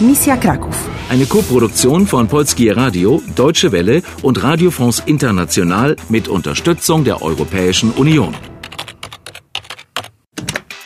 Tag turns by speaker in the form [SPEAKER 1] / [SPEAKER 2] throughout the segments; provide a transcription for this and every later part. [SPEAKER 1] Misja Kraków.
[SPEAKER 2] Eine Koproduktion von Polskie Radio, Deutsche Welle und Radio France International mit Unterstützung der Europäischen Union.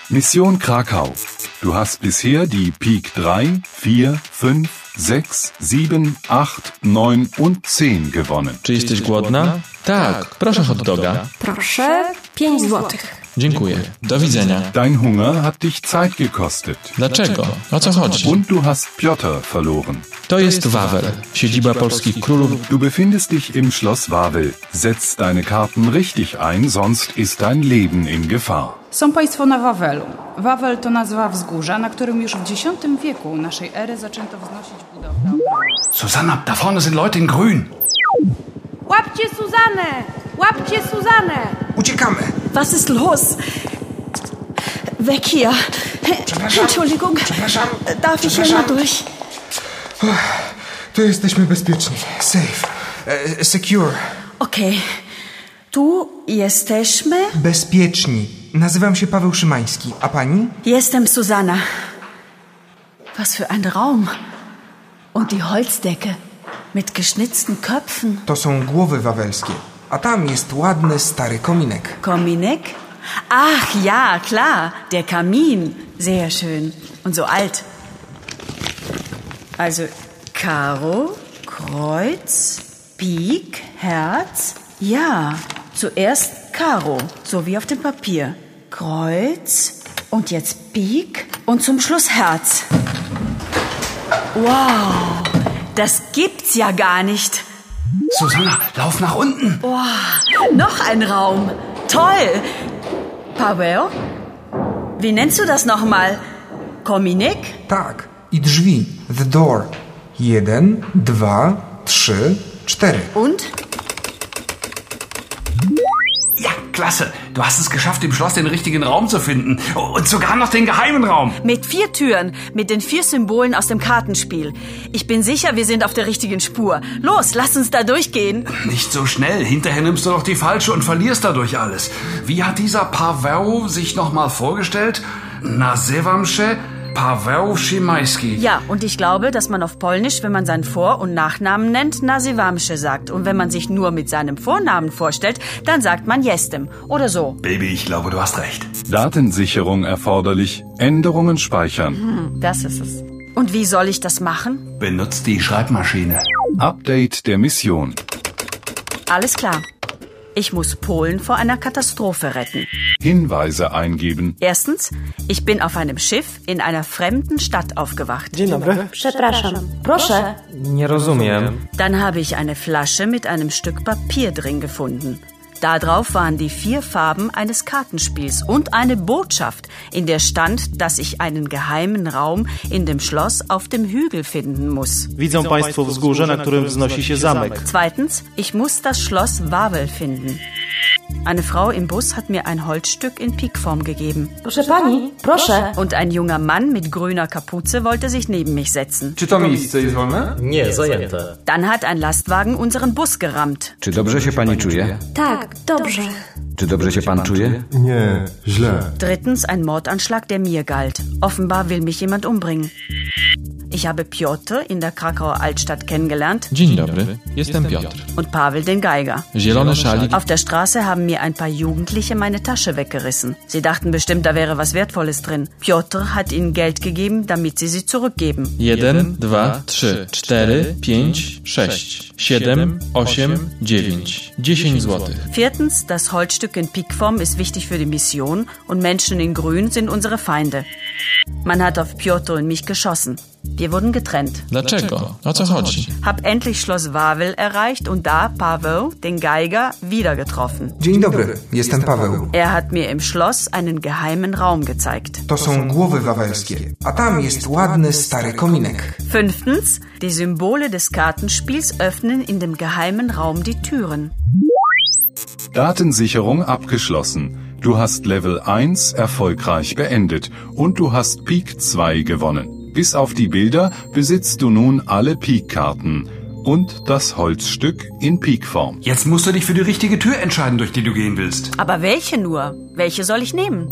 [SPEAKER 3] Mission Krakau. Du hast bisher die Peak 3, 4, 5, 6, 7, 8, 9 und 10 gewonnen.
[SPEAKER 4] Czy jesteś głodna? Tak, proszę hot doga.
[SPEAKER 5] Proszę, 5 złotych.
[SPEAKER 4] Dziękuję. Do widzenia.
[SPEAKER 3] Dein Hunger hat dich Zeit gekostet.
[SPEAKER 4] Dlaczego? O co chodzi?
[SPEAKER 3] Und du hast Piotr verloren.
[SPEAKER 4] To jest Wawel, siedziba polskich królów.
[SPEAKER 3] Du befindest dich im Schloss Wawel. Setz deine Karten richtig ein, sonst ist dein Leben in Gefahr.
[SPEAKER 6] Są Państwo na Wawelu. Wawel to nazwa wzgórza, na którym już w X wieku naszej ery zaczęto wznosić budowlę.
[SPEAKER 7] Susanna, da vorne sind Leute in Grün.
[SPEAKER 8] Łapcie Suzanę! Łapcie Suzanę!
[SPEAKER 7] Uciekamy.
[SPEAKER 5] Was ist los? Weg hier.
[SPEAKER 7] Przepraszam.
[SPEAKER 5] Entschuldigung.
[SPEAKER 7] Przepraszam.
[SPEAKER 5] Darf ich hier
[SPEAKER 7] Przepraszam.
[SPEAKER 5] mal durch?
[SPEAKER 7] Tu jesteśmy bezpieczni. Safe. E, secure.
[SPEAKER 5] Okay. Tu jesteśmy?
[SPEAKER 7] Bezpieczni. Nazywam się Paweł Szymański. A pani?
[SPEAKER 5] Jestem Susanna. Was für ein Raum. Und die Holzdecke mit geschnitzten Köpfen.
[SPEAKER 7] To są głowy wawelskie. A tam jest ładny, stary kominek.
[SPEAKER 5] Kominek? Ach ja, klar, der Kamin. Sehr schön. Und so alt. Also Karo, Kreuz, Pik, Herz. Ja, zuerst Karo, so wie auf dem Papier. Kreuz und jetzt Pik und zum Schluss Herz. Wow, das gibt's ja gar nicht.
[SPEAKER 7] Susanna, lauf nach unten.
[SPEAKER 5] Noch ein Raum. Toll. Paweł? Wie nennst du das nochmal? Kominek?
[SPEAKER 7] Tak. I drzwi. The door. Jeden, dwa, trzy, cztery.
[SPEAKER 5] Und?
[SPEAKER 9] Ja, klasse. Du hast es geschafft, im Schloss den richtigen Raum zu finden. Und sogar noch den geheimen Raum.
[SPEAKER 5] Mit vier Türen, mit den vier Symbolen aus dem Kartenspiel. Ich bin sicher, wir sind auf der richtigen Spur. Los, lass uns da durchgehen.
[SPEAKER 9] Nicht so schnell. Hinterher nimmst du noch die falsche und verlierst dadurch alles. Wie hat dieser Paweł sich nochmal vorgestellt? Nazywam się Paweł Szymański.
[SPEAKER 5] Ja, und ich glaube, dass man auf Polnisch, wenn man seinen Vor- und Nachnamen nennt, Nazywamsche sagt. Und wenn man sich nur mit seinem Vornamen vorstellt, dann sagt man Jestem. Oder so.
[SPEAKER 9] Baby, ich glaube, du hast recht.
[SPEAKER 3] Datensicherung erforderlich. Änderungen speichern.
[SPEAKER 5] Das ist es. Und wie soll ich das machen?
[SPEAKER 9] Benutzt die Schreibmaschine.
[SPEAKER 3] Update der Mission.
[SPEAKER 5] Alles klar. Ich muss Polen vor einer Katastrophe retten.
[SPEAKER 3] Hinweise eingeben.
[SPEAKER 5] Erstens, ich bin auf einem Schiff in einer fremden Stadt aufgewacht.
[SPEAKER 8] Przepraszam. Proszę.
[SPEAKER 10] Nie rozumiem.
[SPEAKER 5] Dann habe ich eine Flasche mit einem Stück Papier drin gefunden. Darauf waren die vier Farben eines Kartenspiels und eine Botschaft, in der stand, dass ich einen geheimen Raum in dem Schloss auf dem Hügel finden muss.
[SPEAKER 10] Widzą Państwo wzgórze, na którym wznosi się zamek.
[SPEAKER 5] Zweitens, ich muss das Schloss Wawel finden. Eine Frau im Bus hat mir ein Holzstück in Pikform gegeben.
[SPEAKER 8] Proszę pani, proszę.
[SPEAKER 5] Und ein junger Mann mit grüner Kapuze wollte sich neben mich setzen.
[SPEAKER 7] Czy to miejsce jest wolne?
[SPEAKER 11] Nie, zajęte.
[SPEAKER 5] Dann hat ein Lastwagen unseren Bus gerammt.
[SPEAKER 12] Czy dobrze się pani czuje?
[SPEAKER 8] Tak, dobrze.
[SPEAKER 12] Czy dobrze się pan czuje?
[SPEAKER 3] Nie, źle.
[SPEAKER 5] Drittens ein Mordanschlag, der mir galt. Offenbar will mich jemand umbringen. Ich habe Piotr in der Krakauer Altstadt kennengelernt
[SPEAKER 4] Dzień dobry, jestem Piotr.
[SPEAKER 5] und Pavel den Geiger.
[SPEAKER 4] Zielony szalik.
[SPEAKER 5] Auf der Straße haben mir ein paar Jugendliche meine Tasche weggerissen. Sie dachten bestimmt, da wäre was Wertvolles drin. Piotr hat ihnen Geld gegeben, damit sie sie zurückgeben.
[SPEAKER 4] Jeden, dwa, trzy, cztery, pięć, sześć, siedem, osiem, dziewięć, dziesięć złotych.
[SPEAKER 5] Viertens, das Holzstück in Pickform ist wichtig für die Mission und Menschen in Grün sind unsere Feinde. Man hat auf Piotr und mich geschossen. Wir wurden getrennt.
[SPEAKER 4] Dlaczego? O co chodzi?
[SPEAKER 5] Hab endlich Schloss Wawel erreicht und da Pavel, den Geiger, wieder getroffen.
[SPEAKER 7] Dzień dobry, jestem Paweł.
[SPEAKER 5] Er hat mir im Schloss einen geheimen Raum gezeigt.
[SPEAKER 7] To są głowy wawelskie, a tam jest ładny stary kominek.
[SPEAKER 5] Fünftens, die Symbole des Kartenspiels öffnen in dem geheimen Raum die Türen.
[SPEAKER 3] Datensicherung abgeschlossen. Du hast Level 1 erfolgreich beendet und du hast Peak 2 gewonnen. Bis auf die Bilder besitzt du nun alle Peak-Karten und das Holzstück in Peak-Form.
[SPEAKER 9] Jetzt musst du dich für die richtige Tür entscheiden, durch die du gehen willst.
[SPEAKER 5] Aber welche nur? Welche soll ich nehmen?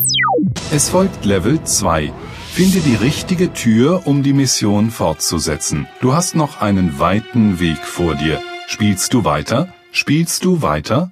[SPEAKER 3] Es folgt Level 2. Finde die richtige Tür, um die Mission fortzusetzen. Du hast noch einen weiten Weg vor dir. Spielst du weiter? Spielst du weiter?